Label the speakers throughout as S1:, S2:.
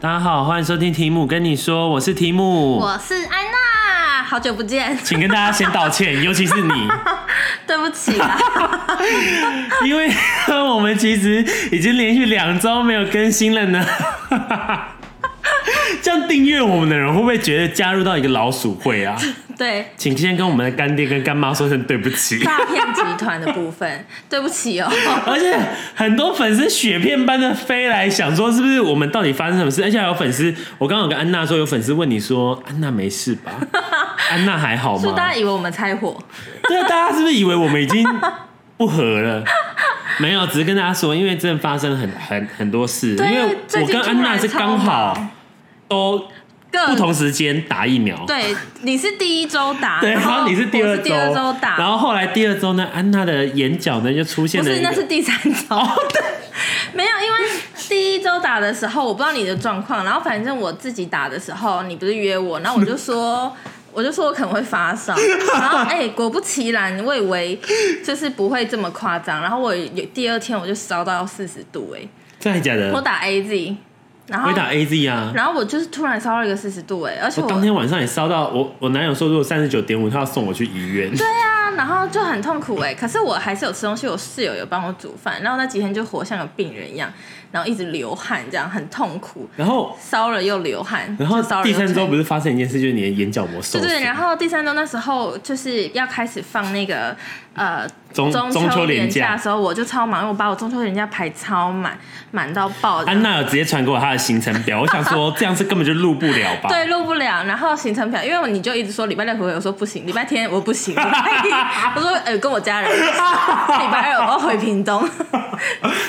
S1: 大家好，欢迎收听题目跟你说，我是题目，
S2: 我是安娜，好久不见，
S1: 请跟大家先道歉，尤其是你，
S2: 对不起 啊，
S1: 因为我们其实已经连续两周没有更新了呢。这样订阅我们的人会不会觉得加入到一个老鼠会啊？
S2: 对
S1: 请先跟我们的干爹跟干妈说声对不起。
S2: 诈骗集团的部分， 对不起哦，
S1: 而且很多粉丝雪片般的飞来，想说是不是我们到底发生什么事？而且还有粉丝，我刚刚有跟安娜说，有粉丝问你说：“安娜没事吧？安娜还好
S2: 是不
S1: 吗
S2: 是大家以为我们拆伙，？”
S1: 对啊，大家是不是以为我们已经不和了？没有，只是跟大家说，因为真的发生了很很很多事。因
S2: 对
S1: 为
S2: 最
S1: 我
S2: 近
S1: 跟安娜是刚
S2: 突然超
S1: 好
S2: 忙
S1: 都
S2: 各
S1: 不同时间打疫苗，
S2: 对，你是第一周打，
S1: 对，然后你是第
S2: 我
S1: 二
S2: 是
S1: 周，
S2: 第二周打，
S1: 然后后来第二周呢，安娜的眼角呢就出现
S2: 不
S1: 了
S2: 是
S1: 一
S2: 那是
S1: 个，哦
S2: 第三周， 没有，因为第一周打的时候，我不知道你的状况，然后反正我自己打的时候，你不是约我，然后我就说。我就说我可能会发烧，然后哎、果不其然，我以为就是不会这么夸张，然后我有第二天我就烧到四十度、
S1: 真的假
S2: 哎，我
S1: 的？
S2: 打 A Z，然
S1: 我
S2: 后
S1: 也打 A Z 啊，
S2: 然后我就是突然烧到一个四十度、哎，而且
S1: 我
S2: 我
S1: 当天晚上也烧到我，我男友说如果三十九点五，他要送我去医院。
S2: 对啊，然后就很痛苦哎、可是我还是有吃东西，我室友有帮我煮饭，然后那几天就活像个病人一样，然后一直流汗，这样很痛苦，
S1: 然后，
S2: 烧了又流汗，
S1: 然后
S2: 就烧了
S1: 第
S2: 又
S1: 三周
S2: 痛
S1: 不是发生一件事，就是你的眼角膜受
S2: 对
S1: 损。
S2: 对，然后第三周那时候就是要开始放那个呃
S1: 中中秋
S2: 秋
S1: 连
S2: 连
S1: 假
S2: 的时候，我就超忙，因为我把我中秋连假排超满，满到爆 的。
S1: 安娜有直接传给我她的行程表，我想说这样是根本就录不了吧？
S2: 对，录不了，然后行程表，因为你就一直说礼拜六可不可以，我说不行，礼拜天我不 行，礼拜一我说呃跟我家人，礼拜二我要回 屏东，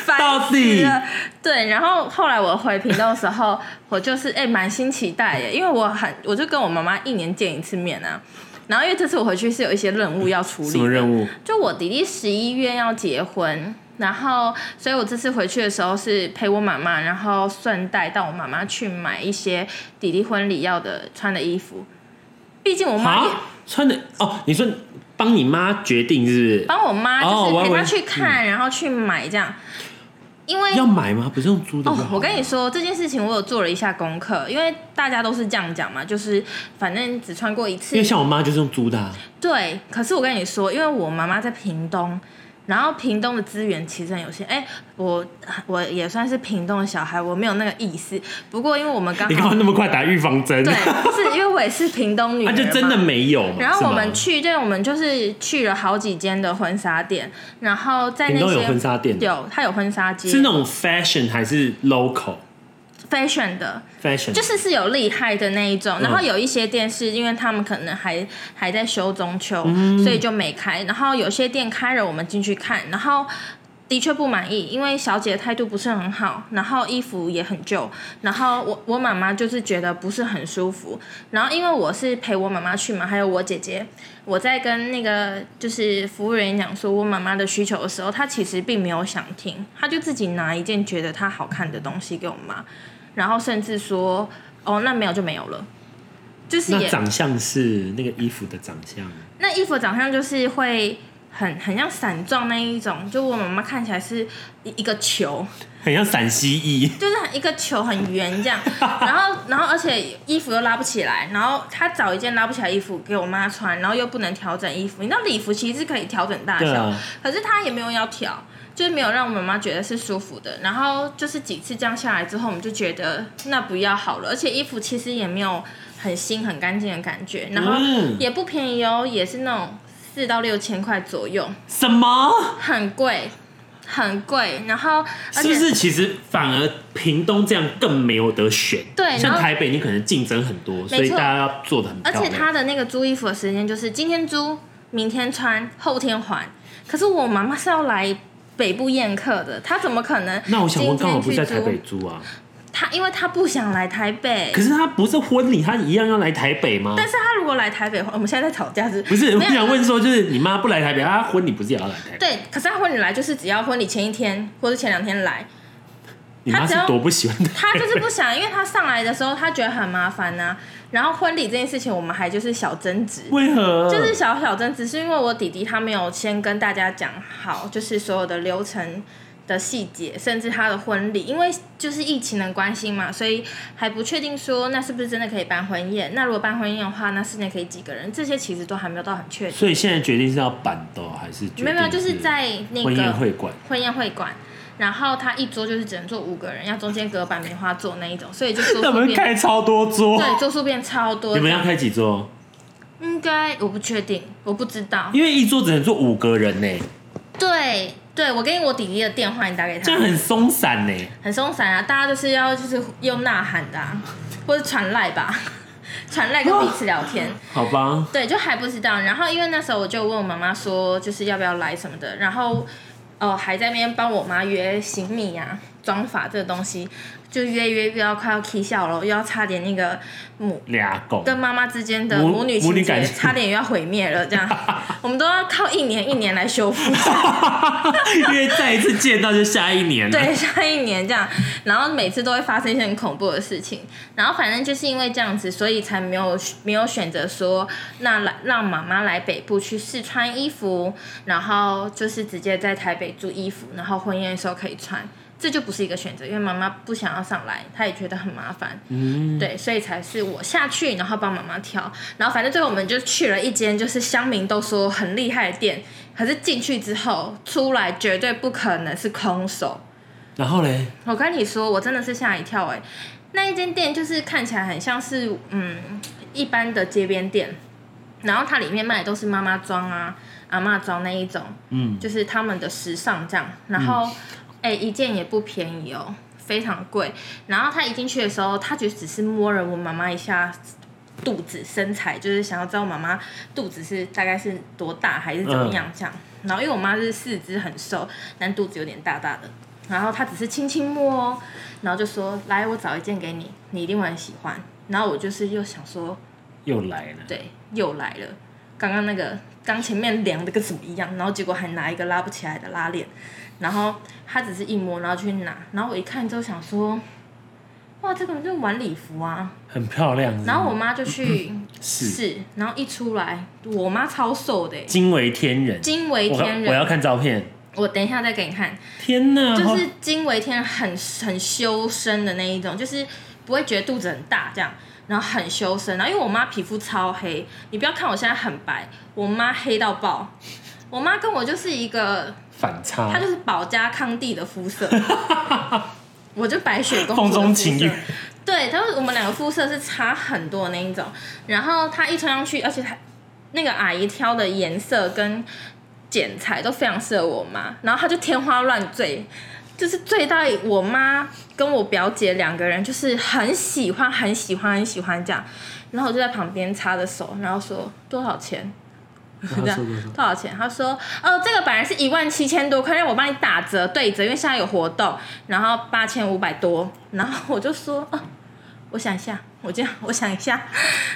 S2: 烦
S1: 到底
S2: 死了。对，然后后来我回屏东的时候，我就是哎满心期待耶，因为我很我就跟我妈妈一年见一次面啊，然后因为这次我回去是有一些任务要处理，
S1: 什么任务？
S2: 就我弟弟十一月要结婚，然后，所以我这次回去的时候是陪我妈妈，然后顺带到我妈妈去买一些弟弟婚礼要的穿的衣服。毕竟我妈也
S1: 啊，穿的哦，你说帮你妈决定是
S2: 帮我妈，
S1: 哦
S2: 就是
S1: 我以
S2: 陪
S1: 为
S2: 她去看，然后去买这样。因
S1: 不
S2: 为
S1: 是？要买吗？不是用租的吗？
S2: 哦，我跟你说这件事情，我有做了一下功课，因为大家都是这样讲嘛，就是反正只穿过一次
S1: 因为，像我妈就是用租的、啊，
S2: 对，可是我跟你说，因为我妈妈在屏东，然后屏东的资源其实很有限。哎、我我也算是屏东的小孩，我没有那个意思。不过因为我们刚
S1: 你干
S2: 好
S1: 嘛那么快打预防针？
S2: 啊 对，是因为我也是屏东女
S1: 那、
S2: 儿、
S1: 啊就真的。没有嘛？
S2: 然后我
S1: 是
S2: 们
S1: 吗
S2: 去，对，我们就是去了好几间的婚纱店，然后在那
S1: 屏东有
S2: 些
S1: 婚纱店
S2: 有，它有婚纱街，
S1: 是那种 fashion 还是 local
S2: fashion 的，
S1: fashion？
S2: 就是是有厉害的那一种，
S1: 嗯
S2: 然后有一些店是因为他们可能还还在休中秋，
S1: 嗯
S2: 所以就没开。然后有些店开了，我们进去看，然后的确不满意，因为小姐态度不是很好，然后衣服也很旧，然后我我妈妈就是觉得不是很舒服。然后因为我是陪我妈妈去嘛，还有我姐姐，我在跟那个就是服务员讲说我妈妈的需求的时候，她其实并没有想听，她就自己拿一件觉得她好看的东西给我妈，然后甚至说哦那没有就没有了，就是
S1: 那
S2: 也
S1: 长相是那个衣服的长相，
S2: 那衣服长相就是会很很像伞状那一种，就我妈妈看起来是一一个球，
S1: 很像陕西衣。
S2: 就是一个球很圆 这样，然后然后而且衣服又拉不起来，然后她找一件拉不起来衣服给我妈穿，然后又不能调整衣服，你知道礼服其实是可以调整大
S1: 对
S2: 小，
S1: 啊，
S2: 可是她也没有要调。就是没有让我妈妈觉得是舒服的，然后就是几次这样下来之后，我们就觉得那不要好了，而且衣服其实也没有很新很干净的感觉，然后
S1: 嗯
S2: 也不便宜哦，也是那种四到六千块左右，
S1: 什么？
S2: 很贵，很贵。然后
S1: 是
S2: 而且
S1: 不是其实反而屏东这样更没有得选？
S2: 对然后
S1: 像台北你可能竞争很多，所以大家要做的很漂
S2: 而
S1: 亮。
S2: 且他的那个租衣服的时间就是今天租，明天穿，后天还。可是我妈妈是要来北部宴客的，她怎么可能？
S1: 那我想问，刚好不是在台
S2: 今天
S1: 北
S2: 去租，
S1: 租啊，
S2: 她因为她不想来台北
S1: 可。是他不是婚礼，他一样要来台北吗？
S2: 但是她如果来台北，我们现在在吵架是？
S1: 嗯不是，我
S2: 没有
S1: 想问说，就是你妈不来台北，她婚礼不是也要来台北？
S2: 对，可是她婚礼来就是只要婚礼前一天或者前两天来，
S1: 你妈是
S2: 她只要
S1: 多不喜欢，
S2: 他就是不想，因为他上来的时候他觉得很麻烦呐、啊然后婚礼这件事情，我们还就是小争执
S1: 为何？
S2: 就是小小争执，是因为我弟弟他没有先跟大家讲好，就是所有的流程的细节，甚至他的婚礼，因为就是疫情的关系嘛，所以还不确定说那是不是真的可以办婚宴。那如果办婚宴的话，那室内可以几个人？这些其实都还没有到很确定。
S1: 所以现在决定是要板的还是决定
S2: 没有没有，就是在那个
S1: 婚宴会馆，
S2: 婚宴会馆，然后他一桌就是只能坐五个人，要中间隔板梅花座那一种，所以就桌
S1: 那我
S2: 数
S1: 们
S2: 变
S1: 开超多桌，
S2: 对桌数变超多
S1: 你
S2: 这
S1: 们要
S2: 样。
S1: 开几桌？
S2: 应该我不确定，我不知道。
S1: 因为一桌只能坐五个人呢，
S2: 对对，我给你我弟弟的电话，你打给
S1: 这
S2: 他
S1: 样，很松散呢。
S2: 很松散啊，大家就是要就是用呐喊的、啊，或者传赖吧，传赖跟彼此聊天。
S1: 好吧，
S2: 对，就还不知道。然后因为那时候我就问我妈妈说，就是要不要来什么的，然后呃还在那边帮我妈约行米啊、妆发这个东西，就约约约到快要 k 笑了，又要差点那个母
S1: 俩狗
S2: 跟妈妈之间的
S1: 母
S2: 母女
S1: 母女
S2: 情
S1: 感
S2: 节
S1: 情
S2: 差点又要毁灭了， 这样我们都要靠一年一年来修复。
S1: 因为再一次见到就下一年了。
S2: 对，下一年这样，然后每次都会发生一些很恐怖的事情，然后反正就是因为这样子，所以才没有没有选择说那来让妈妈来北部去试穿衣服，然后就是直接在台北租衣服，然后婚宴的时候可以穿，这就不是一个选择，因为妈妈不想要上来，她也觉得很麻烦，嗯，对，所以才是我下去，然后帮妈妈挑，然后反正最后我们就去了一间就是乡民都说很厉害的店。可是进去之后出来绝对不可能是空手，
S1: 然后嘞，
S2: 我跟你说，我真的是吓一跳哎、那一间店就是看起来很像是嗯一般的街边店，然后它里面卖的都是妈妈装啊、阿嬷装那一种，
S1: 嗯，
S2: 就是他们的时尚这样。然后哎、一件也不便宜哦，非常贵。然后他一进去的时候，他就只是摸了我妈妈一下。肚子身材就是想要知道我妈妈肚子是大概是多大还是怎么样这样，然后因为我妈是四肢很瘦，但肚子有点大大的，然后他只是轻轻摸哦，然后就说：“来，我找一件给你，你一定会很喜欢。”然后我就是又想说，
S1: 又来了，
S2: 对，又来了，刚刚那个刚前面量的跟什么一样，然后结果还拿一个拉不起来的拉链，然后他只是一摸，然后去拿，然后我一看之后想说，哇，这个就是晚礼服啊，
S1: 很漂亮。
S2: 然后我妈就去
S1: 是
S2: 试，然后一出来，我妈超瘦的欸，
S1: 惊为天人，
S2: 惊为
S1: 我
S2: 天
S1: 我
S2: 人，
S1: 要看照片。
S2: 我等一下再给你看，
S1: 天哪，
S2: 就
S1: 好
S2: 是惊为天人很很修身的那一种，就是不会觉得肚子很大这样，然后很修身。然后因为我妈皮肤超黑，你不要看我现在很白，我妈黑到爆。我妈跟我就是一个，
S1: 反差
S2: 她，就是保家康帝的 肤色，我就白雪公主的
S1: 风中情
S2: 肤色
S1: 欲，
S2: 对，但是我们两个肤色是差很多的那一种。然后她一穿上去，而且她那个阿姨挑的颜色跟剪裁都非常适合我妈，然后她就天花乱坠，就是醉到我妈跟我表姐两个人就是很喜欢、很喜欢、很喜欢这样。然后我就在旁边插着手，然后说多少钱？
S1: 然后
S2: 这样
S1: 说多少
S2: 多少钱？他说，哦，这个本来是一万七千多块，让我帮你打折对折，因为现在有活动，然后八千五百多，然后我就说，哦，我想一下，我这样，我想一下，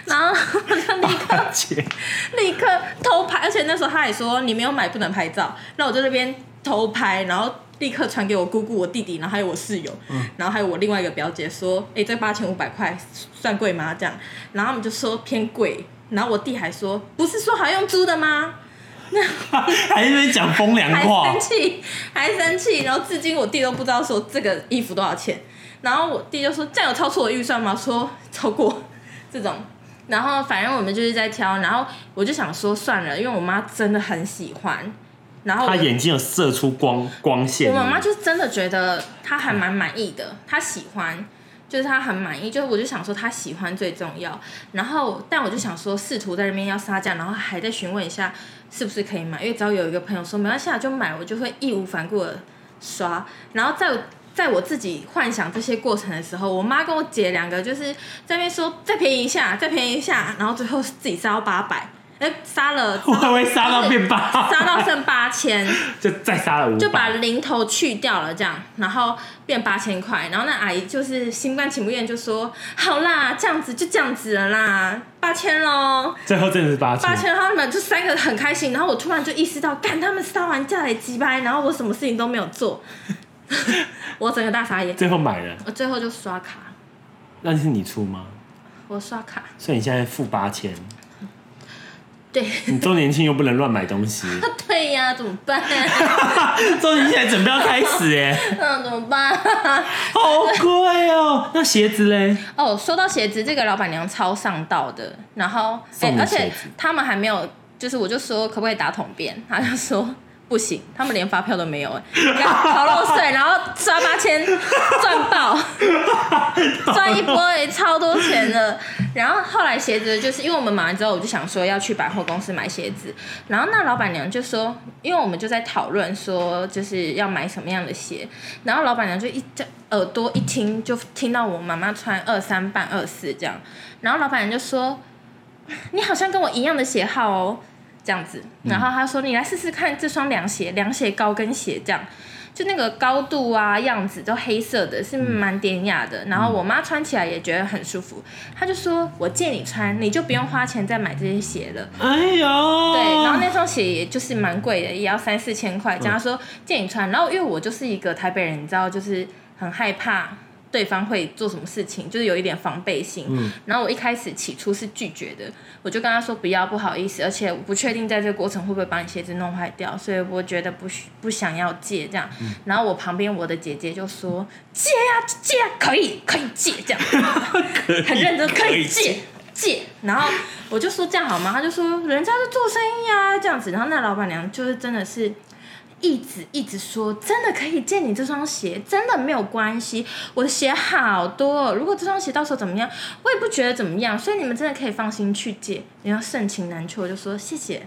S2: 然后我就立刻
S1: 八千，
S2: 立刻偷拍，而且那时候他还说你没有买不能拍照，那我就那边偷拍，然后立刻传给我姑姑、我弟弟，然后还有我室友，然后还有我另外一个表姐说，哎、这八千五百块算贵吗？这样，然后他们就说偏贵，然后我弟还说不是说好用租的吗？
S1: 还在那边讲风凉
S2: 还
S1: 话
S2: 生，气，还生气，然后至今我弟都不知道说这个衣服多少钱。然后我弟就说：“这样有超出我预算吗？”说超过这种。然后反正我们就是在挑，然后我就想说算了，因为我妈真的很喜欢。然后我
S1: 他眼睛有射出光光线。
S2: 我妈妈就真的觉得她还蛮满意的，她喜欢，就是她很满意，就是我就想说她喜欢最重要。然后，但我就想说，试图在那边要杀价，然后还在询问一下是不是可以买，因为只要有一个朋友说没关系啊，就买，我就会义无反顾的刷。然后在我在我自己幻想这些过程的时候，我妈跟我姐两个就是在那边说再便宜一下，再便宜一下，然后最后自己杀到八百，哎，杀了
S1: 我还会杀到变
S2: 杀
S1: 八，
S2: 到剩八千。
S1: 就再杀了五
S2: 就
S1: 百，
S2: 把零头去掉了，这样，然后变八千块。然后那阿姨就是心甘情不愿就说：“好啦，这样子就这样子了啦，八千喽，
S1: 最后真的是八千
S2: 八。千。”他们就三个很开心。然后我突然就意识到，干他们杀完价来鸡掰，然后我什么事情都没有做，我整个大傻眼。
S1: 最后买了，
S2: 我最后就刷卡，
S1: 那是你出吗？
S2: 我刷卡，
S1: 所以你现在付八千，
S2: 对
S1: 你周年庆又不能乱买东西，
S2: 对呀、怎么办？
S1: 周年庆才准备要开始哎、
S2: 嗯，怎么办？
S1: 好贵哦。那鞋子嘞？
S2: 哦，说到鞋子，这个老板娘超上道的，然后哎、
S1: 送你
S2: 而
S1: 鞋
S2: 且
S1: 子
S2: 他们还没有，就是我就说可不可以打桶边，他就说。不行，他们连发票都没有哎、逃漏税，然后赚八千，赚爆， 赚一波哎、超多钱的。然后后来鞋子就是因为我们买完之后，我就想说要去百货公司买鞋子，然后那老板娘就说，因为我们就在讨论说就是要买什么样的鞋，然后老板娘就一这耳朵一听就听到我妈妈穿二三半二四这样，然后老板娘就说，嗯你好像跟我一样的鞋号哦，这样子，然后她说你来试试看这双凉鞋，凉鞋高跟鞋这样。就那个高度啊，样子都黑色的，是蛮典雅的。然后我妈穿起来也觉得很舒服，她就说：“我借你穿，你就不用花钱再买这些鞋了。”
S1: 哎呦，
S2: 对，然后那双鞋也就是蛮贵的，也要三四千块。这样他说借你穿，然后因为我就是一个台北人，你知道，就是很害怕对方会做什么事情，就是有一点防备心。然后我一开始起初是拒绝的，我就跟他说不要，不好意思，而且我不确定在这个过程会不会把你鞋子弄坏掉，所以我觉得不需不想要借这样。然后我旁边我的姐姐就说借啊借啊，可以可以借这样。 很认真，可以借借。然后我就说这样好吗？他就说人家是做生意啊，这样子。然后那老板娘就是真的是。一直一直说，真的可以借你这双鞋，真的没有关系。我的鞋好多哦，如果这双鞋到时候怎么样，我也不觉得怎么样，所以你们真的可以放心去借。然后盛情难却，我就说谢谢。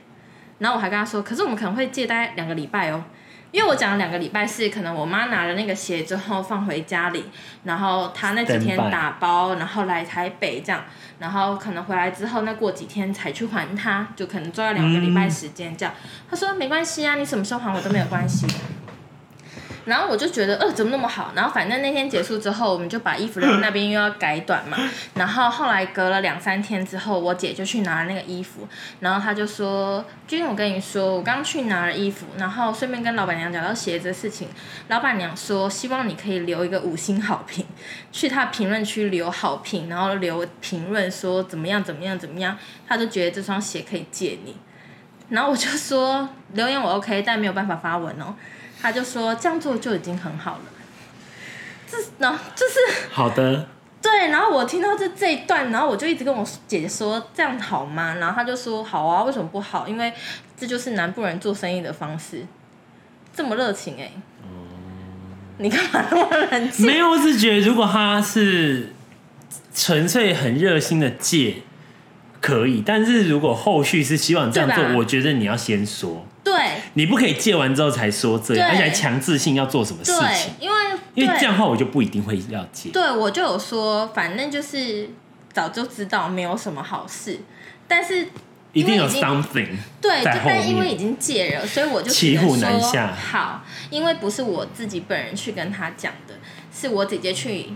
S2: 然后我还跟他说，可是我们可能会借大概两个礼拜哦，因为我讲了两个礼拜是可能我妈拿了那个鞋之后放回家里，然后她那几天
S1: Standby
S2: 打包，然后来台北这样，然后可能回来之后，那过几天才去还她，就可能抓了两个礼拜时间这样。他说没关系啊，你什么时候还我都没有关系。然后我就觉得，呃，怎么那么好？然后反正那天结束之后，我们就把衣服扔在那边，又要改短嘛。然后后来隔了两三天之后，我姐就去拿那个衣服，然后她就说：“君，我跟你说，我刚去拿了衣服，然后顺便跟老板娘讲到鞋子的事情。老板娘说，希望你可以留一个五星好评，去她评论区留好评，然后留评论说怎么样怎么样怎么样，她就觉得这双鞋可以借你。”然后我就说留言我 OK，但没有办法发文哦。他就说这样做就已经很好了。这然后就是
S1: 好的，
S2: 对，然后我听到这这一段，然后我就一直跟我姐姐说这样好吗？然后她就说好啊，为什么不好？因为这就是南部人做生意的方式，这么热情哎、
S1: 哦
S2: 你干嘛那么 冷静？
S1: 没有，我只觉得如果他是纯粹很热心的借，可以。但是如果后续是希望这样做
S2: 对吧，
S1: 我觉得你要先说，
S2: 对
S1: 你不可以借完之后才说这样，
S2: 对
S1: 而且还强制性要做什么事
S2: 对
S1: 情，，
S2: 因为
S1: 因为
S2: 对
S1: 这样的话我就不一定会要借。
S2: 对，我就有说，反正就是早就知道没有什么好事，但是
S1: 一定
S2: 因为
S1: 有
S2: 已经
S1: something
S2: 对，就
S1: 在后
S2: 但因为已
S1: 面，
S2: 经戒了，所以我就
S1: 骑
S2: 只能
S1: 虎难
S2: 说
S1: 下
S2: 好，因为不是我自己本人去跟他讲的，是我姐姐去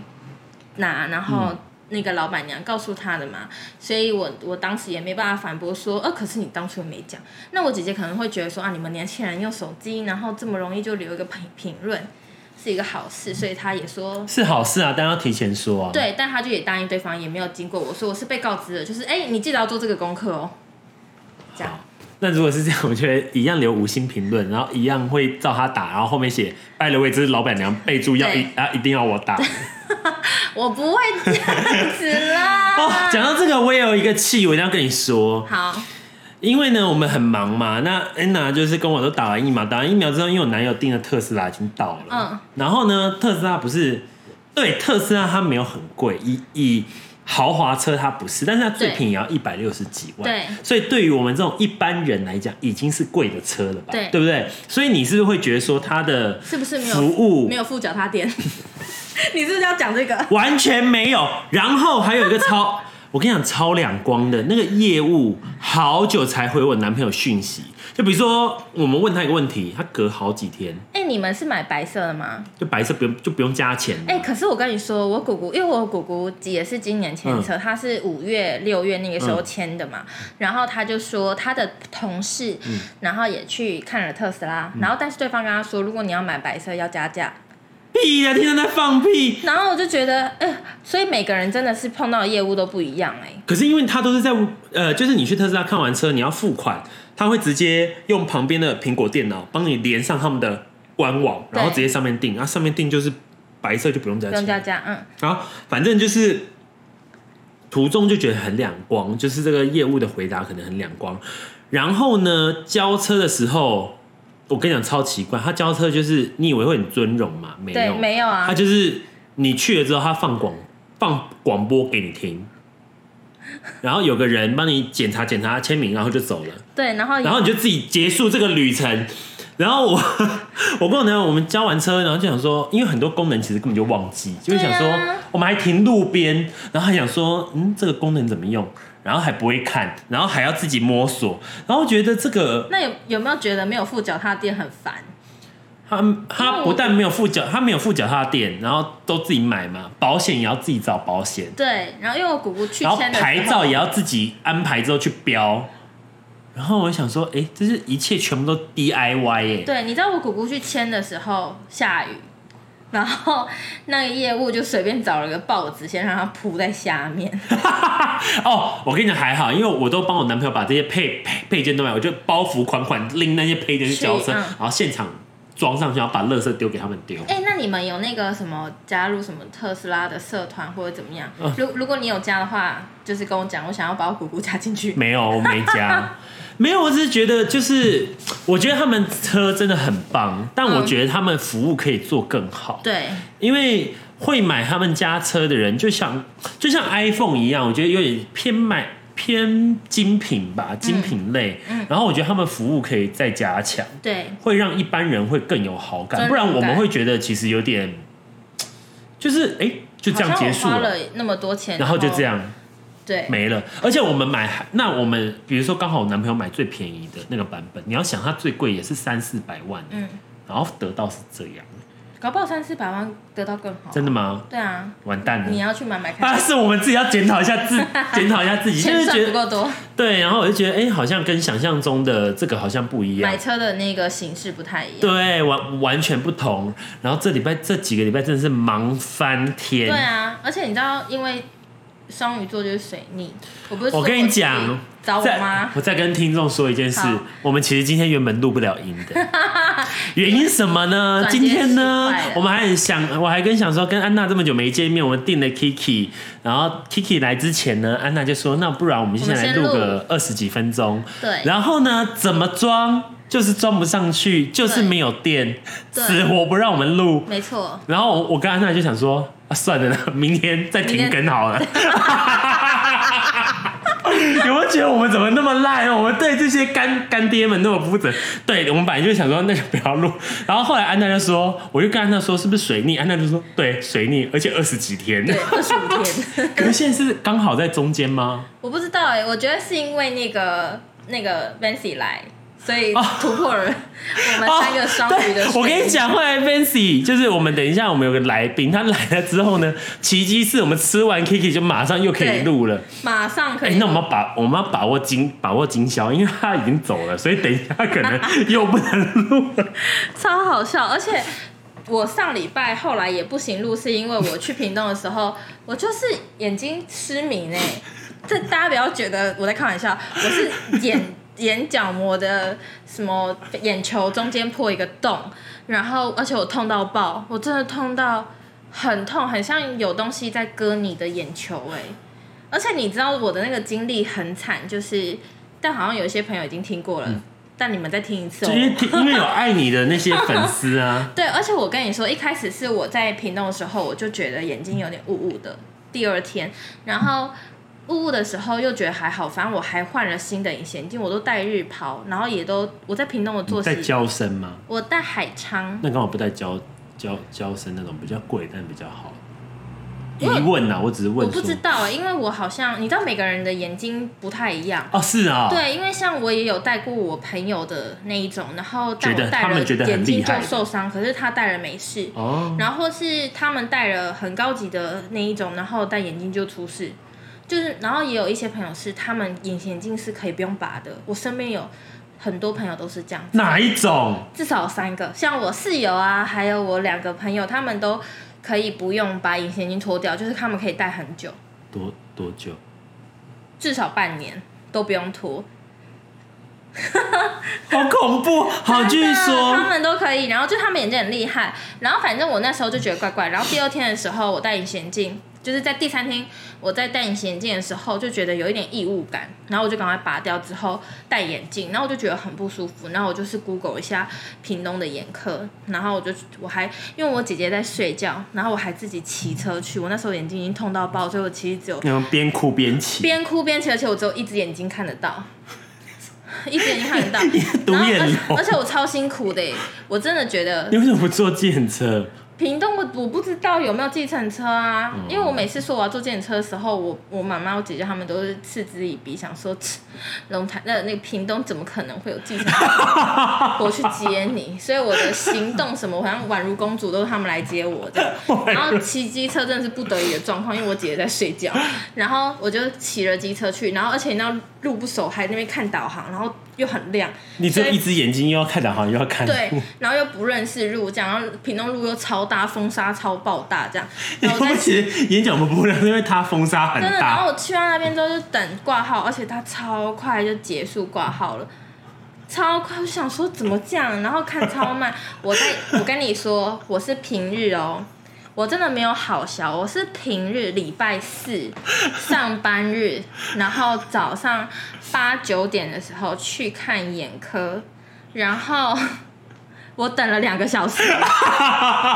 S2: 拿，然后
S1: 嗯
S2: 那个老板娘告诉他的嘛，所以我我当时也没办法反驳说，呃，可是你当初没讲。那我姐姐可能会觉得说啊，你们年轻人用手机，然后这么容易就留一个评评论，是一个好事，所以她也说
S1: 是好事啊，但要提前说啊。
S2: 对，但他就也答应对方，也没有经过我说我是被告知的，就是哎、你记得要做这个功课哦。这样
S1: 好，那如果是这样，我觉得一样留五星评论，然后一样会照他打，然后后面写“拜了位”，这是老板娘备注要一啊，一定要我打。
S2: 我不会这样子 啦。
S1: 哦，讲到这个，我也有一个气，我一定要跟你说，
S2: 好，
S1: 因为呢，我们很忙嘛。那 Anna 就是跟我都打完疫苗，打完疫苗之后，因为我男友订的特斯拉已经到了，
S2: 嗯，
S1: 然后呢，特斯拉不是对特斯拉它没有很贵，以以豪华车它不是，但是它最
S2: 对
S1: 便宜也要一百六十几万，
S2: 对
S1: 所以对于我们这种一般人来讲，已经是贵的车了吧，
S2: 对
S1: 对不对？所以你是不是会觉得说它的
S2: 是不是没有
S1: 服务
S2: 没有付脚踏垫？ 你是不是要讲这个？
S1: 完全没有。然后还有一个超， 我跟你讲超两光的那个业务，好久才回我男朋友讯息。就比如说，我们问他一个问题，他隔好几天，
S2: 哎、你们是买白色的吗？
S1: 就白色不用就不用加钱了。
S2: 哎、可是我跟你说，我姑姑，因为我姑姑也是今年签车，她是五月、六月那个时候签的嘛。然后她就说，她的同事，嗯然后也去看了特斯拉，然后但是对方跟她说，如果你要买白色要加价。
S1: 屁呀、天天在放屁。
S2: 然后我就觉得，哎、所以每个人真的是碰到的业务都不一样哎、
S1: 可是因为他都是在呃，就是你去特斯拉看完车，你要付款，他会直接用旁边的苹果电脑帮你连上他们的官网，然后直
S2: 对
S1: 接上面订，然啊后上面订就是白色就不用加
S2: 不用加
S1: 钱。
S2: 价，嗯，
S1: 然后反正就是途中就觉得很两光，就是这个业务的回答可能很两光。然后呢，交车的时候，我跟你讲超奇怪，他交车就是你以为会很尊荣嘛，没
S2: 对
S1: 有，，
S2: 没有啊
S1: 他，就是你去了之后，他放广放广播给你听，然后有个人帮你检查检查签名，然后就走了，
S2: 对，然后也
S1: 然后你就自己结束这个旅程。然后我 我跟我男友我们交完车，然后就想说，因为很多功能其实根本就忘记，就是想说、
S2: 对啊
S1: 我们还停路边，然后还想说，嗯，这个功能怎么用，然后还不会看，然后还要自己摸索，然后觉得这个
S2: 那有有没有觉得没有付脚踏垫很烦？
S1: 他
S2: 因
S1: 他
S2: 为我
S1: 不但没有付脚，他没有付脚踏垫，然后都自己买嘛，保险也要自己找保险，
S2: 对，然后因为我姑姑去
S1: 然后
S2: 签的时候
S1: 牌照也要自己安排之后去标。然后我想说，哎、这是一切全部都 DIY 哎、
S2: 对，你知道我姑姑去签的时候下雨，然后那个业务就随便找了个报纸，先让它铺在下 面。
S1: 哦，我跟你讲还好，因为我都帮我男朋友把这些配配配件都买，我就包袱款款拎那些配件去交车，
S2: 去嗯
S1: 然后现场装上去，然后把垃圾丢给他们丢。
S2: 哎、那你们有那个什么加入什么特斯拉的社团或者怎么样？
S1: 嗯
S2: 如、如果你有加的话，就是跟我讲，我想要把我姑姑加进去。
S1: 没有，我没加。 没有，我只是觉得，就是我觉得他们车真的很棒，但我
S2: 嗯
S1: 觉得他们服务可以做更好。
S2: 对，
S1: 因为会买他们家车的人，就像就像 iPhone 一样，我觉得有点偏买偏精品吧，精品类。然后我觉得他们服务可以再加强，
S2: 对，
S1: 会让一般人会更有好感，
S2: 尊
S1: 不然
S2: 荣
S1: 我们
S2: 感
S1: 会觉得其实有点，就是哎、就这样
S2: 好像
S1: 结
S2: 我
S1: 束
S2: 花
S1: 了，
S2: 了那么多钱，哦
S1: 然后就这。样。
S2: 对，
S1: 没了。而且我们买，那我们比如说刚好我男朋友买最便宜的那个版本，你要想它最贵也是三四百万，欸
S2: 嗯，
S1: 然后得到是这样，
S2: 搞不好三四百万得到更好。
S1: 真的嗯吗？
S2: 对啊，
S1: 完蛋
S2: 你
S1: 了。
S2: 要去买买 看。
S1: 啊，是我们自己要检讨一下 自，检讨一下自己，就
S2: 钱
S1: 是
S2: 赚
S1: 觉
S2: 不
S1: 得
S2: 够 多，
S1: 对，然后我就觉得，哎、好像跟想象中的这个好像不一样
S2: 买，车的那个形式不太一样。
S1: 对，完完全不同。然后这礼拜这几个礼拜真的是忙翻天，
S2: 对啊，而且你知道，因为双鱼座就是水逆，我不是说
S1: 我跟你
S2: 自己
S1: 讲
S2: 找我
S1: 再
S2: 哦妈，
S1: 我再跟听众说一件事
S2: 好，
S1: 我们其实今天原本录不了音 的，原因什么呢？
S2: 转接
S1: 今天呢
S2: 失败了，
S1: 我们还很想，我还跟想说，跟安娜这么久没见面，我们订了 Kiki，然后 Kiki 来之前呢，安娜就说，那不然我们现在来
S2: 我们先
S1: 录
S2: 录
S1: 个二十几分钟，
S2: 对
S1: 然后呢，怎么装就是装不上去，就是
S2: 对
S1: 没有电，
S2: 对
S1: 死活不让我们录，
S2: 没错，
S1: 然后我我跟安娜就想说，啊、算了啦， 明天再停更好了。 有没有觉得我们怎么那么烂？哦我们对这些干干爹们那么不负责？对我们本来就想说那就不要录，然后后来安娜就说，我就跟安娜说是不是水逆？安娜就说对，水逆，而且二十几天。
S2: 对，二十五天，
S1: 可是现在是刚好在中间吗？
S2: 我不知道哎、我觉得是因为那个那个 Vancy 来，所以
S1: 哦
S2: 突破了我们三个双鱼的、
S1: 哦对我跟你，讲，后来 Fancy 就是我们等一下，我们有个来宾，他来了之后呢，奇迹是我们吃完 Kiki 就马上又可以
S2: 对
S1: 录了。
S2: 马上可
S1: 哎、
S2: 以，
S1: 那我们要把我们要把握今把握今宵，因为他已经走了，所以等一下可能又不能录 了。
S2: 超好笑，而且。我上礼拜后来也不行录，是因为我去屏东的时候， 我就是眼睛失明哎、这大家不要觉得我在开玩笑，我是眼 眼角膜的什么眼球中间破一个洞，然后而且我痛到爆，我真的痛到很痛，很像有东西在割你的眼球哎、而且你知道我的那个经历很惨，就是但好像有一些朋友已经听过了，但你们再听一次、哦，
S1: 就因为因为有爱你的那些粉丝 啊，
S2: 对，而且我跟你说，一开始是我在屏东的时候，我就觉得眼睛有点雾雾的。第二天，然后雾雾的时候又觉得还好，反正我还换了新的隐形眼镜，我都戴日抛，然后也都我在屏东的作
S1: 在
S2: 息，
S1: 娇生吗？
S2: 我戴海昌，
S1: 那刚好不带娇娇娇生那种比较贵，但比较好。疑
S2: 因为
S1: 问啊，我只是
S2: 我
S1: 问
S2: 不
S1: 说
S2: 知，道，欸因为我好像你知道每个人的眼睛不太一样。
S1: 哦，是啊、
S2: 对，因为像我也有戴过我朋友的那一种，然后但
S1: 觉得
S2: 我戴
S1: 他们
S2: 了
S1: 觉得很
S2: 眼睛
S1: 厉害
S2: 就
S1: 的
S2: 受伤，可是他戴了没事。
S1: 哦，
S2: 然后或是他们戴了很高级的那一种，然后戴眼镜就出事，就是然后也有一些朋友是他们隐形眼镜是可以不用拔的，我身边有很多朋友都是这样子，
S1: 哪一种？
S2: 至少有三个，像我室友啊，还有我两个朋友，他们都可以不用把隐形眼镜脱掉，就是他们可以戴很久，
S1: 多多 久？
S2: 至少半年都不用脱。
S1: 好恐怖！好，继续
S2: 啊他
S1: 说。
S2: 们都可以。然后就他们眼睛很厉害。然后反正我那时候就觉得怪怪。然后第二天的时候，我戴隐形眼镜，就是在第三天我在戴隐形眼镜的时候，就觉得有一点异物感。然后我就赶快拔掉之后戴眼镜，然后我就觉得很不舒服。然后我就是
S1: 嗯
S2: Google 一下屏东的眼科，然后我就我还因为我姐姐在睡觉，然后我还自己骑车去。我那时候眼睛已经痛到爆，所以我其实只有
S1: 你们边哭边骑，，
S2: 边哭边骑，而且我只有一只眼睛看得到，一只眼睛看得到
S1: 独
S2: 然后
S1: 眼
S2: 而且
S1: 龙
S2: 而且我超辛苦的耶，欸我真的觉得
S1: 你为什么不坐电车？
S2: 屏东我我不知道有没有计程车啊，因为我每次说我要坐计程车的时候，我我妈妈、我姐姐她们都是嗤之以鼻，想说切龙潭那那个屏东怎么可能会有计程车我去接你？所以我的行动什么，好像宛如公主都是他们来接我的。然后骑机车真的是不得已的状况，因为我姐姐在睡觉，然后我就骑了机车去，然后而且那路不熟，还在那边看导航，然后又很亮，
S1: 你只有
S2: 所以
S1: 一只眼睛，又要看导航，又要看
S2: 对，然后又不认识路，这样，然后屏东路又超大，风沙超爆大，这样，
S1: 你
S2: 然后我
S1: 会不
S2: 在
S1: 会其实演讲我们不能，因为它风沙很
S2: 真的，然
S1: 大。
S2: 后我去到那边之后就等挂号，而且他超快就结束挂号了。超快，我就想说怎么这样，然后看超慢。 我在我跟你说，我是平日哦，我真的没有好笑，我是平日礼拜四上班日，然后早上八九点的时候去看眼科，然后 我等了两个小时。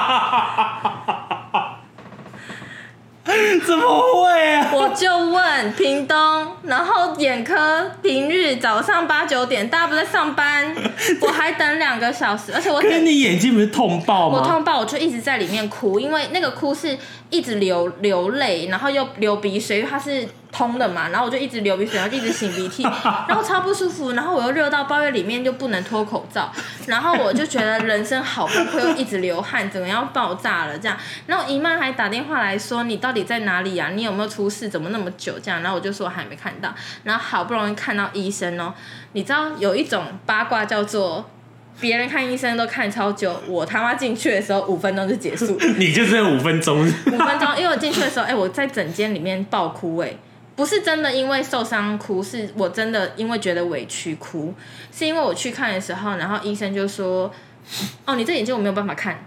S1: 怎么会啊？
S2: 我就问屏东，然后眼科平日早上八九点，大家不在上班，我还等两个小时，而且我
S1: 可是
S2: 等
S1: 你眼睛不是痛爆
S2: 我
S1: 吗？
S2: 痛爆，我就一直在里面哭，因为那个哭是一直流流泪，然后又流鼻水，因为它是通的嘛，然后我就一直流鼻水，然后一直擤鼻涕，然后超不舒服，然后我又热到抱怨里面就不能脱口罩，然后我就觉得人生好崩溃，又一直流汗，整个要爆炸了这样。然后姨妈还打电话来说你到底在哪里啊？你有没有出事？怎么那么久这样？然后我就说我还没看到，然后好不容易看到医生哦，你知道有一种八卦叫做。别人看医生都看超久，我他妈进去的时候五分钟就结束，
S1: 你就是那五分钟，
S2: 五分钟，因为我进去的时候，哎、我在整间里面爆哭、哎，不是真的因为受伤哭，是我真的因为觉得委屈哭，是因为我去看的时候，然后医生就说，哦，你这眼睛我没有办法看，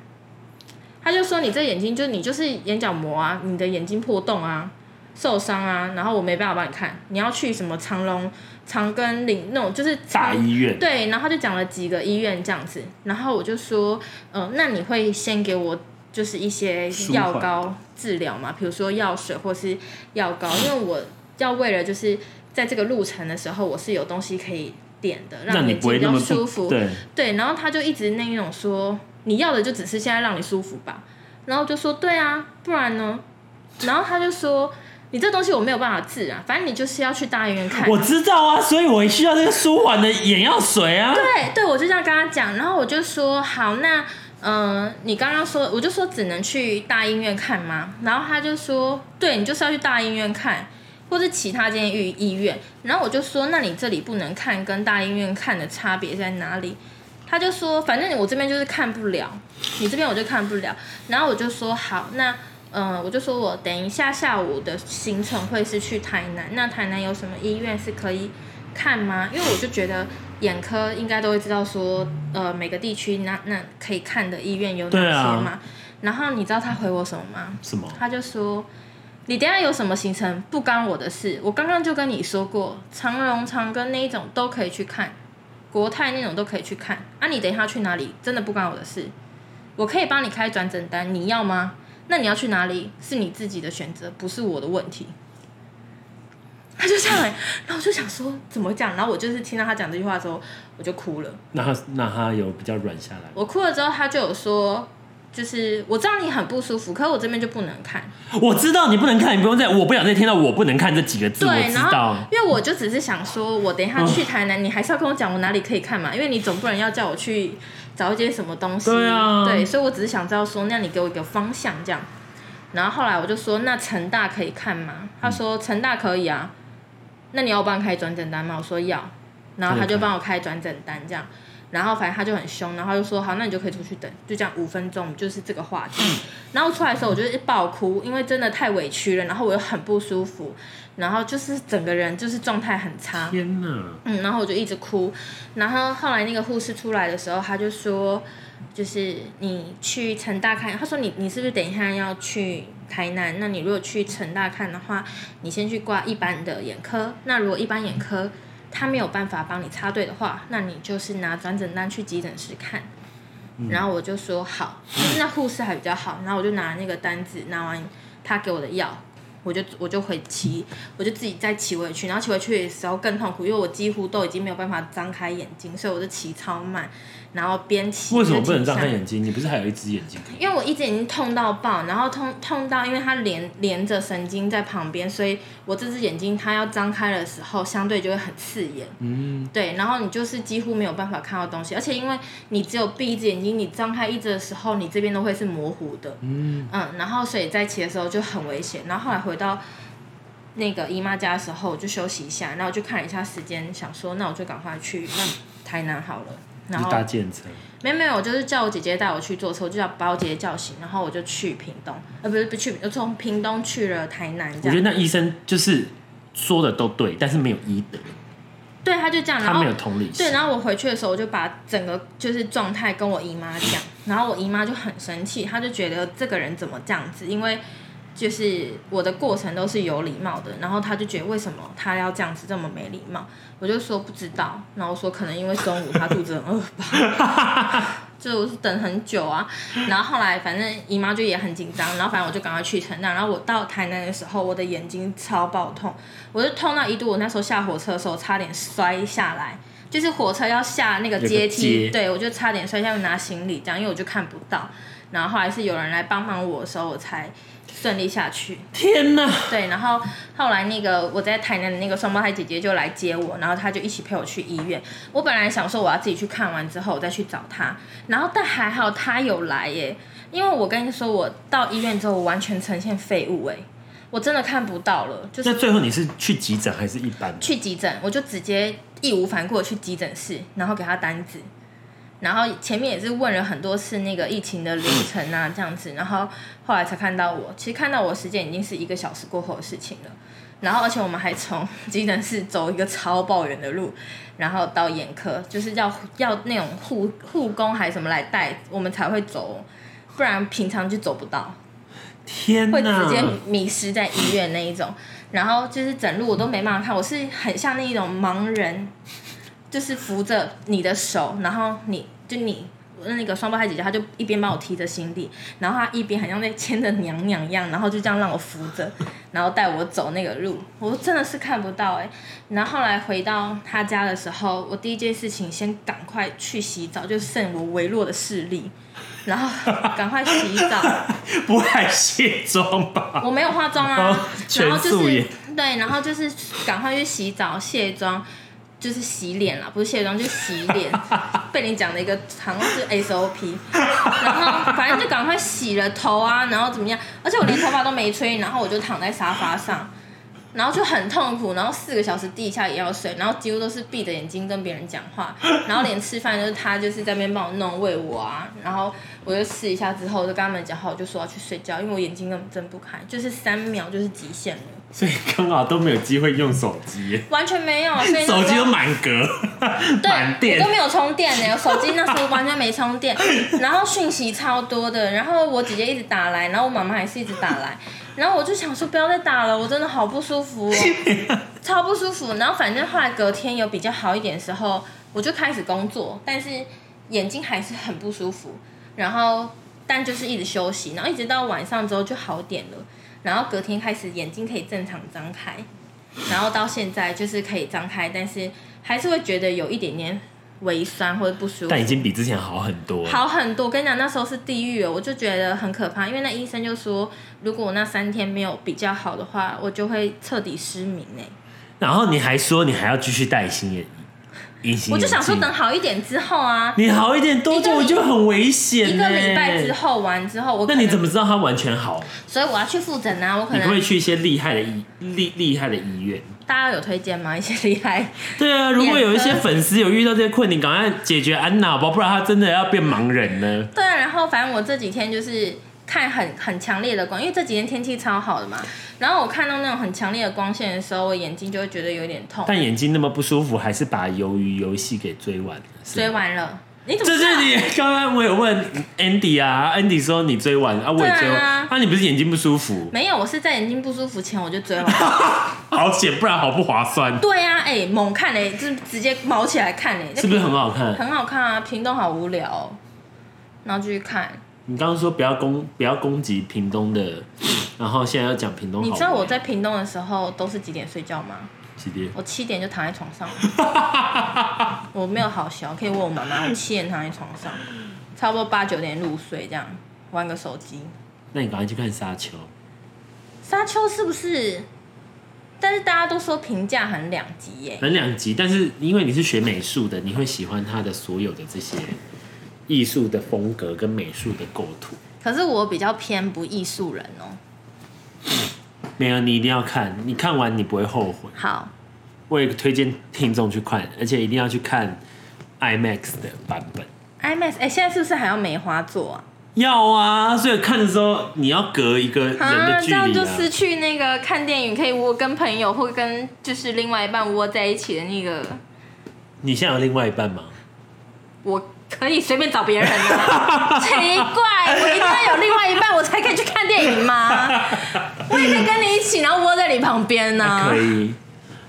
S2: 他就说你这眼睛就你就是眼角膜啊，你的眼睛破洞啊。受伤啊，然后我没办法帮你看，你要去什么长隆、长庚领那种，就是
S1: 大
S2: 长
S1: 医院。
S2: 对，然后他就讲了几个医院这样子，然后我就说，嗯、那你会先给我就是一些
S1: 舒
S2: 药
S1: 缓
S2: 膏治疗嘛，比如说药水或是药膏，因为我要为了就是在这个路程的时候，我是有东西可以点的，
S1: 让
S2: 让
S1: 你
S2: 眼
S1: 不
S2: 睛
S1: 会
S2: 比
S1: 那
S2: 较
S1: 么
S2: 舒
S1: 不
S2: 服。
S1: 对，
S2: 对，然后他就一直那种说，你要的就只是现在让你舒服吧。然后我就说，对啊，不然呢？然后他就说，你这东西我没有办法治啊，反正你就是要去大医院看。
S1: 我知道啊，所以我需要这个舒缓的眼药水啊。
S2: 对对，我就这样跟他讲，然后我就说好，那嗯、呃你刚刚说，我就说只能去大医院看吗？然后他就说，对你就是要去大医院看，或是其他间医医院。然后我就说，那你这里不能看，跟大医院看的差别在哪里？他就说，反正我这边就是看不了，你这边我就看不了。然后我就说好，那。嗯，我就说我等一下下午的行程会是去台南，那台南有什么医院是可以看吗？因为我就觉得眼科应该都会知道说，呃，每个地区那那可以看的医院有哪
S1: 对
S2: 些
S1: 啊
S2: 嘛。然后你知道他回我什么吗？
S1: 什么？
S2: 他就说：“你等一下有什么行程不干我的事，我刚刚就跟你说过，长荣、长庚那一种都可以去看，国泰那种都可以去看。啊，你等一下去哪里，真的不干我的事，我可以帮你开转诊单，你要吗？那你要去哪里是你自己的选择，不是我的问题。”他就上来，然后我就想说怎么讲，然后我就是听到他讲这句话之后，我就哭了。
S1: 那他那他有比较软下来吗。
S2: 我哭了之后，他就有说，就是我知道你很不舒服，可是我这边就不能看。
S1: 我知道你不能看，你不用再，我不想再听到“我不能看”这几个字。我
S2: 对，
S1: 知
S2: 然后
S1: 道，嗯
S2: 因为我就只是想说，我等一下去台南，你还是要跟我讲我哪里可以看嘛，因为你总不能要叫我去找一些什么东西，
S1: 对啊
S2: 对所以我只是想知道说，那你给我一个方向这样。然后后来我就说，那成大可以看吗？他说成大可以啊，那你要我帮你开转诊单吗？我说要。然后他就帮我开转诊单这样。然后反正他就很凶，然后就说好，那你就可以出去等，就这样五分钟，就是这个话题。然后出来的时候，我就是爆哭，因为真的太委屈了，然后我又很不舒服，然后就是整个人就是状态很差。
S1: 天哪！
S2: 嗯，然后我就一直哭，然后后来那个护士出来的时候，他就说，就是你去成大看，他说你你是不是等一下要去台南？那你如果去成大看的话，你先去挂一般的眼科。那如果一般眼科他没有办法帮你插队的话，那你就是拿转诊单去急诊室看。
S1: 嗯
S2: 然后我就说好，那护士还比较好，然后我就拿那个单子，拿完他给我的药，我就我就回骑，我就自己再骑回去，然后骑回去的时候更痛苦，因为我几乎都已经没有办法张开眼睛，所以我就骑超慢，然后边骑
S1: 为什么不能
S2: 边骑
S1: 张开
S2: 上
S1: 眼睛？你不是还有一只眼睛可以？
S2: 因为我一只眼睛痛到爆，然后痛痛到，因为它连连着神经在旁边，所以我这只眼睛它要张开的时候，相对就会很刺眼。嗯，对，然后你就是几乎没有办法看到东西，而且因为你只有闭一只眼睛，你张开一只的时候，你这边都会是模糊的。嗯然后所以在骑的时候就很危险。然后后来回到那个姨妈家的时候，我就休息一下，然后我就看了一下时间，想说那我就赶快去那台南好了。然
S1: 就
S2: 后
S1: 搭建车，
S2: 没有没有，我就是叫我姐姐带我去坐车，我就叫把我姐姐叫醒，然后我就去屏东，呃，不是不去，我从屏东去了台南这
S1: 我觉得
S2: 样。
S1: 那医生就是说的都对，但是没有医德，
S2: 对，他就这样，然
S1: 他没
S2: 后
S1: 有同理心
S2: 啊哦对，。然后我回去的时候，我就把整个就是状态跟我姨妈讲，然后我姨妈就很生气，她就觉得这个人怎么这样子，因为就是我的过程都是有礼貌的，然后她就觉得为什么她要这样子这么没礼貌，我就说不知道，然后我说可能因为中午她肚子很饿吧。 就是等很久啊，然后后来反正姨妈就也很紧张，然后反正我就赶快去成大，然后我到台南的时候，我的眼睛超爆痛，我就痛到一度，我那时候下火车的时候差点摔下来，就是火车要下那个阶
S1: 有个
S2: 梯，
S1: 阶
S2: 对我就差点摔下去拿行李这样，因为我就看不到，然后后来是有人来帮忙我的时候，我才顺利下去。
S1: 天哪！
S2: 对，然后后来那个我在台南的那个双胞胎姐姐就来接我，然后她就一起陪我去医院。我本来想说我要自己去看完之后我再去找她，然后但还好她有来耶，因为我跟你说我到医院之后我完全呈现废物哎，我真的看不到了，就是
S1: 那最后你是去急诊还是一般的？
S2: 去急诊，我就直接义无反顾地去急诊室，然后给他单子，然后前面也是问了很多次那个疫情的流程啊，这样子，然后后来才看到我，其实看到我的时间已经是一个小时过后的事情了。然后，而且我们还从急诊室走一个超抱远的路，然后到眼科，就是要要那种护护工还是什么来带我们才会走，不然平常就走不到。
S1: 天
S2: 会直
S1: 哪！
S2: 接迷失在医院那一种。然后就是整路我都没办法看，我是很像那一种盲人，就是扶着你的手，然后你就你那个双胞胎姐姐，她就一边帮我提着行李，然后她一边很像在牵着娘娘一样，然后就这样让我扶着，然后带我走那个路，我真的是看不到哎、然后后来回到她家的时候，我第一件事情先赶快去洗澡，就剩我微弱的视力，然后赶快洗澡。
S1: 不还卸妆 吧？
S2: 我没有化妆
S1: 哦
S2: 啊，然后
S1: 全
S2: 就
S1: 素
S2: 是
S1: 颜
S2: 对，然后就是赶快去洗澡、卸妆，就是洗脸啦，不是卸妆，就是洗脸。被你讲了一个好像是 SOP，然后反正就赶快洗了头啊，然后怎么样？而且我连头发都没吹，然后我就躺在沙发上，然后就很痛苦，然后四个小时地下也要睡，然后几乎都是闭着眼睛跟别人讲 话，然后连吃饭都是他就是在那边帮我弄喂我啊，然后我就试一下之后，我就跟他们讲话，我就说要去睡觉，因为我眼睛根本睁不开，就是三秒就是极限了，
S1: 所以刚好都没有机会用手机耶，
S2: 完全 没有，所以那时候
S1: 手机都满格，满
S2: 对，
S1: 电
S2: 我都。没有充电呢、我手机那时候完全没 充电，然后讯息超多的，然后我姐姐一直打来，然后我妈妈还是一直打来，然后我就想说不要再打了，我真的好不舒服哦， 超不舒服。然后反正后来隔天有比较好一点的时候，我就开始工作，但是眼睛还是很不舒服，然后但就是一直休息，然后一直到晚上之后就好点了，然后隔天开始眼睛可以正常张开。然后到现在就是可以张开，但是还是会觉得有一点点微酸或者不舒服
S1: 但。已经比之前好很多。
S2: 好很多，我跟你讲，那时候是地狱了，我就觉得很可怕，因为那医生就说，如果我那三天没有比较好的
S1: 嗯
S2: 话，我就会彻底失明哎、
S1: 然后你还说你还要继续戴新眼隐形
S2: 我就想说
S1: 眼镜
S2: 等好一点之后啊，
S1: 你好一点，多久
S2: 一个
S1: 就很危险、欸
S2: 一个礼拜之，后完之后，我
S1: 那
S2: 可
S1: 你
S2: 能
S1: 怎么知道它完全好？
S2: 所以我要去复诊啊，我可
S1: 嗯你可不可以
S2: 能
S1: 去一些厉害的医厉厉害的医院？
S2: 大家有推荐吗？一些厉害，
S1: 对啊，如果有一些
S2: 眼科
S1: 粉丝有遇到这些困难，赶快解决安娜吧，不然她真的要变盲人呢。
S2: 对啊，然后反正我这几天就是看很很强烈的光，因为这几天天气超好的嘛，然后我看到那种很强烈的光线的时候，我眼睛就会觉得有点痛。
S1: 但眼睛那么不舒服，还是把《鱿鱼游戏》给追完了。是
S2: 追
S1: 吗
S2: 完了，你怎么
S1: 这
S2: 知
S1: 是
S2: 道
S1: 你刚刚我有问 Andy 啊，Andy 说你追完啊，我也追
S2: 对
S1: 完
S2: 啊
S1: 啊，你不是眼睛不舒 服，
S2: 没有，我是在眼睛不舒服前我就 追完。
S1: 好险，不然好不划算，
S2: 对呀、啊，哎、猛看嘞、就是直接毛起来看嘞、
S1: 是不是很好看？
S2: 很好看啊？屏东好无聊哦、然后继续看。
S1: 你刚刚说不要攻不要攻击屏东的，然后现在要讲屏东好
S2: 你
S1: 玩，
S2: 知道我在屏东的时候都是几点睡觉吗？
S1: 几点？
S2: 我七点就躺在 床上，我没有好笑，可以问我妈妈。我七点躺在床上，差不多八九点入睡，这样玩个手机。
S1: 那你赶快去看沙丘，
S2: 沙丘是不是？但是大家都说评价很两极耶。
S1: 很两集，但是因为你是学美术的，你会喜欢它的所有的这些艺术的风格跟美术的构图。
S2: 可是我比较偏不艺术人哦、
S1: 没有，你一定要看，你看完你不会后悔。
S2: 好，
S1: 我也推荐听众去看，而且一定要去看 IMAX 的版本。
S2: IMAX，哎、现在是不是还要梅花座啊？
S1: 要啊，所以看的时候你要隔一个人的
S2: 这
S1: 距离啊。
S2: 样就失去那个看电影可以窝跟朋友或跟就是另外一半窝在一起的那个，
S1: 你现在有另外一半吗？
S2: 我可以随便找别人 啊。奇怪，我一定要有另外一半，我才可以去看电影吗？ 我也可以跟你一起，然后窝在你旁边呢、
S1: 可以。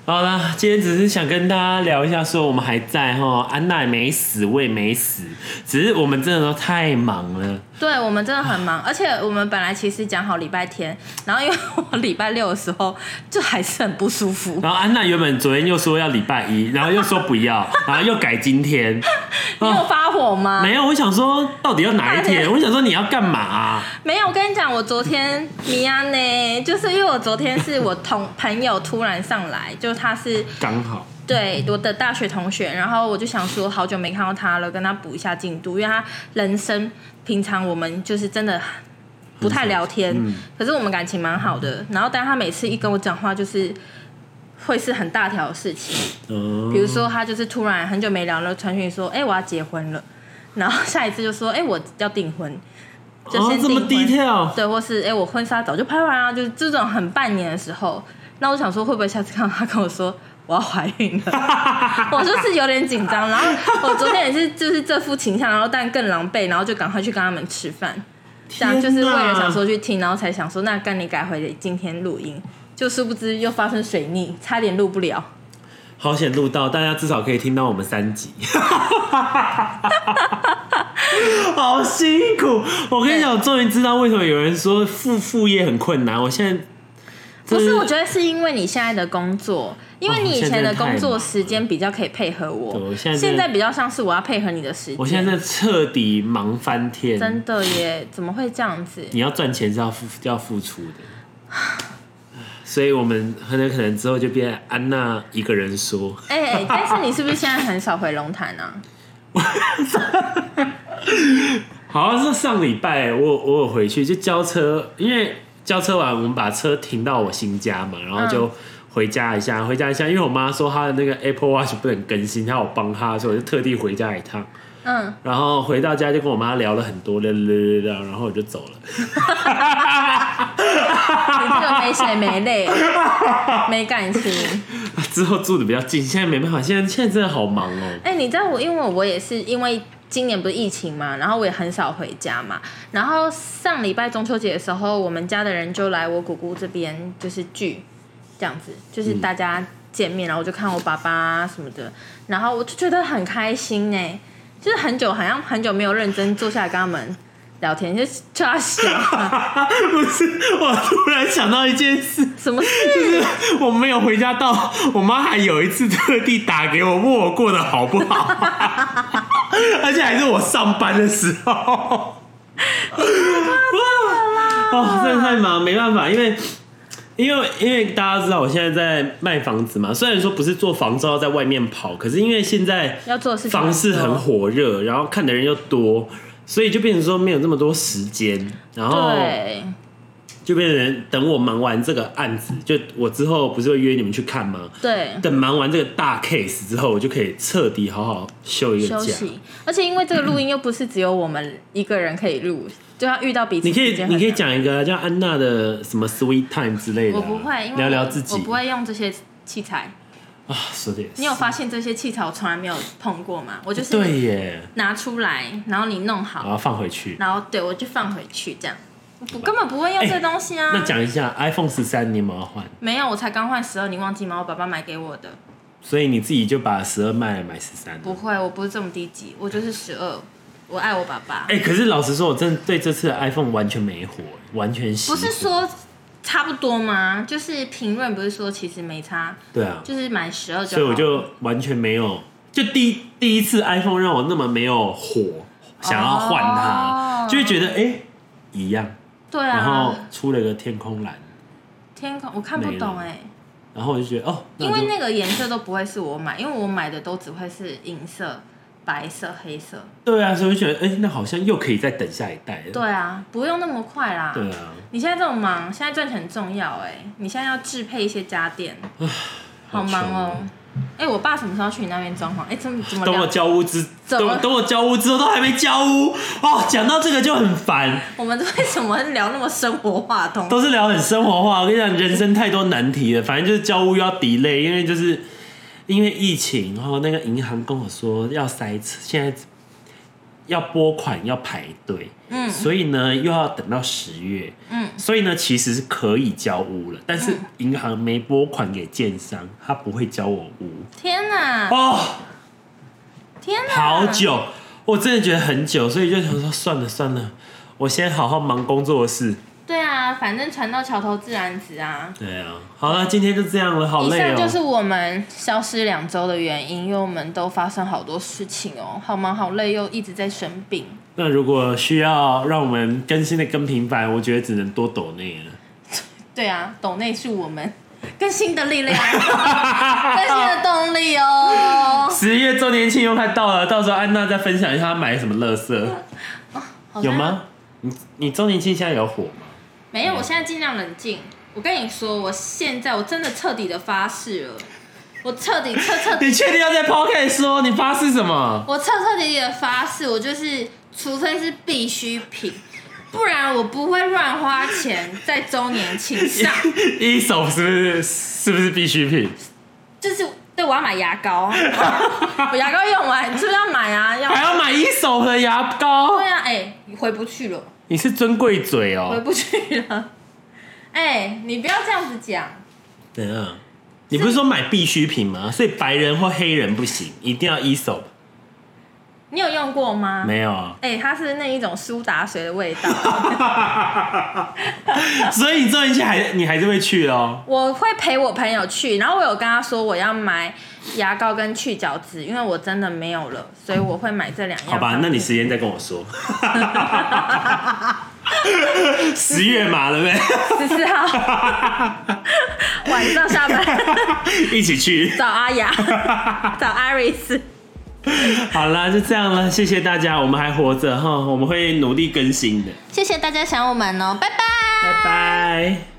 S1: 好啦，今天只是想跟大家聊一下，说我们还在哈，安娜也没死，我也没死，只是我们真的都太忙了。
S2: 对我们真的很忙，而且我们本来其实讲好礼拜天，然后因为我礼拜六的时候就还是很不舒服，
S1: 然后安娜原本昨天又说要礼拜一，然后又说不要，然后又改今 天。
S2: 你有发火吗？
S1: 没有，我想说到底要哪一天？我想说你要干嘛啊、
S2: 没有，我跟你讲，我昨天米娅呢，就是因为我昨天是我同朋友突然上来，就是他是
S1: 刚好
S2: 对我的大学同学，然后我就想说好久没看到他了，跟他补一下进度，因为他人生平常我们就是真的不太聊天，
S1: 嗯
S2: 可是我们感情蛮好的。然后但他每次一跟我讲话，就是会是很大条的事情，
S1: 嗯，
S2: 比如说他就是突然很久没聊了，传讯说，哎、我要结婚了，然后下一次就说，哎、我要订婚。就
S1: 哦
S2: 先
S1: 这
S2: 订
S1: 么
S2: 婚
S1: detail，
S2: 对，或是哎、诶我婚纱早就拍完了，啊就是这种很半年的时候，那我想说会不会下次看到他跟我说我要怀孕了， 我就是有点紧张。然后我昨天也是就是这副形象，然后但更狼狈，然后就赶快去跟他们吃饭，这样就是为了想说去听，然后才想说那干你改回今天录音，就殊不知又发生水逆，差点录不了。
S1: 好险录到，大家至少可以听到我们三 集，好辛苦。我跟你讲，我终于知道为什么有人说副副业很困难。我现在
S2: 不
S1: 真
S2: 是，
S1: 的
S2: 我觉得是因为你现在的工作，因为
S1: 嗯哦
S2: 你以前的
S1: 现在
S2: 工
S1: 太忙
S2: 作
S1: 了
S2: 时间比较可以配合我，
S1: 对我现在真的
S2: 现在比较像是我要配合你的时间。
S1: 我现在真的彻底忙翻天。
S2: 真的耶，怎么会这样子？
S1: 你要赚钱是要付要付出的， 所以我们很有可能之后就变安娜一个人说。
S2: 哎、哎、但是你是不是现在很少回龙潭啊？
S1: 好像是上礼拜我我有回去就交车，因为交车完我们把车停到我新家嘛，然后就回家一下，回家一下，因为我妈说她的那个 Apple Watch 不能更新，她有帮她，所以我就特地回家一趟。
S2: 嗯，
S1: 然后回到家就跟我妈聊了很多，聊聊聊聊，然后我就走了。
S2: 你这个没血没泪，没感情。
S1: 之后住的比较近，现在没办法，现在现在真的好忙哦、
S2: 哎、你知道我，因为我也是因为今年不是疫情嘛，然后我也很少回家嘛。然后上礼拜中秋节的时候，我们家的人就来我姑姑这边就是聚，这样子，就是大家见面，然后我就看我爸爸、啊、什么的，然后我就觉得很开心哎、就是很久好像很久没有认真坐下来跟他们聊天，就是就要笑，
S1: 不是，我突然想到一件事，
S2: 什么事？
S1: 我没有回家到，我妈还有一次特地打给我，问我过得好不好，而且还是我上班的时候。哇哦，真的太忙，没办法，因为因为因为大家知道我现在在卖房子嘛，虽然说不是做房照要在外面跑，可是因为现在
S2: 要做的事情
S1: 房市很
S2: 多
S1: 火热，然后看的人又多，所以就变成说没有那么多时间，然后
S2: 对，
S1: 就变成等我忙完这个案子，就我之后不是会约你们去看吗？
S2: 对，
S1: 等忙完这个大 case 之后，我就可以彻底好好休一个
S2: 休
S1: 假。
S2: 息。而且因为这个录音又不是只有我们一个人可以录，就要遇到彼此
S1: 你可
S2: 之
S1: 以
S2: 间很难。
S1: 你可以讲一个叫安娜的什么 sweet time 之类的啊、
S2: 我不会，因为
S1: 聊聊
S2: 我
S1: 自己。
S2: 我不会用这些器材。
S1: 啊，说的也是
S2: 你有发现这些器材我从来没有碰过吗？我就是
S1: 对啊耶，
S2: 拿出来，然后你弄
S1: 然
S2: 好，
S1: 后放回去。
S2: 然后对我就放回去这样。我不根本不会用这东西啊！
S1: 那讲一下 iPhone 十三你有没有要换？
S2: 没有，我才刚换十二，你忘记吗？我爸爸买给我的。
S1: 所以你自己就把十二卖了，买十三。
S2: 不会，我不是这么低级，我就是十二，我爱我爸爸。
S1: 哎、可是老实说，我真的对这次的 iPhone 完全没火，完全熄火
S2: 不是说差不多吗？就是评论不是说其实没差，
S1: 对啊，
S2: 就是买十二就
S1: 所以
S2: 好。
S1: 我就完全没有，就第一第一次 iPhone 让我那么没有火，想要换它，
S2: 哦
S1: 就会觉得哎、一样，
S2: 对
S1: 然后
S2: 啊，
S1: 出了个天空蓝，
S2: 天空我看不懂哎、
S1: 然后我就觉得哦，那
S2: 因
S1: 我就
S2: 为那个颜色都不会是我买，因为我买的都只会是银色、白色、黑色。
S1: 对啊，所以我就觉得哎、那好像又可以再等下一代了，
S2: 对啊，不用那么快啦。
S1: 对啊，
S2: 你现在这么忙，现在赚钱很重要哎、你现在要置配一些家电，好忙
S1: 好
S2: 哦。哎、我爸什么时候去你那边装潢？哎、怎么怎么
S1: 等我
S2: 聊？
S1: 交屋之，
S2: 怎
S1: 等
S2: 么
S1: 我等我交屋之后都还没交屋哦，讲到这个就很烦，
S2: 我们为什么聊那么生活化的东西？
S1: 都是聊很生活化。我跟你讲，人生太多难题了，反正就是交屋又要 delay，因为就是因为疫情，然后那个银行跟我说要塞车，现在要拨款要排队，
S2: 嗯
S1: 所以呢又要等到十月，
S2: 嗯，
S1: 所以呢其实是可以交屋了，但是银行没拨款给建商，他不会交我屋
S2: 天哪！
S1: 哦。
S2: 天哪！
S1: 好久，我真的觉得很久，所以就想说算了算了，我先好好忙工作的事。
S2: 对啊，反正船到桥头自然直啊。
S1: 对啊，好了，今天就这样了，好
S2: 以
S1: 累
S2: 上
S1: 哦、
S2: 就是我们消失两周的原因，因为我们都发生好多事情哦，好忙好累，又一直在生病。
S1: 那如果需要让我们更新的更频繁，我觉得只能多抖内了。
S2: 对啊，抖内是我们更新的 力量，更新的动力哦。
S1: 十月周年庆又快到了，到时候安娜再分享一下她买了什么乐色，
S2: 好
S1: 有
S2: 像
S1: 吗？你你周年庆现在有火吗？
S2: 没有，我现在尽量冷静。我跟你说，我现在我真的彻底的发誓了，我彻底彻彻
S1: 你确定要在 p o c a s t 说你发誓什 么？
S2: 我彻彻底底的发誓，我就是，除非是必需品，不然我不会乱花钱在周年庆上。
S1: 一手是不是是不是必需品？
S2: 就是对，我要买牙膏，我牙膏用完，你是不是要买啊？要
S1: 还要买一手的牙膏
S2: 对？啊，哎、回不去了，
S1: 你是尊贵嘴哦、
S2: 回不去了。哎、你不要这样子讲，
S1: 怎样？你不是说买必需品吗？所以白人或黑人不行，一定要 e s o
S2: 你有用过吗？
S1: 没有啊，
S2: 哎、它是那一种苏打水的味道，
S1: 所以你周年庆还你还是会去哦。
S2: 我会陪我朋友去，然后我有跟他说我要买牙膏跟去角质，因为我真的没有了，所以我会买这两样。
S1: 好吧，那你时间再跟我说。 十月嘛，对 不
S2: 十四号啊 晚上下班
S1: 对？一起去。
S2: 找阿雅，找阿瑞斯。
S1: 好啦，就这样了，谢谢大家，我们还活着哈，我们会努力更新的，
S2: 谢谢大家想我们哦，拜拜。
S1: 拜拜。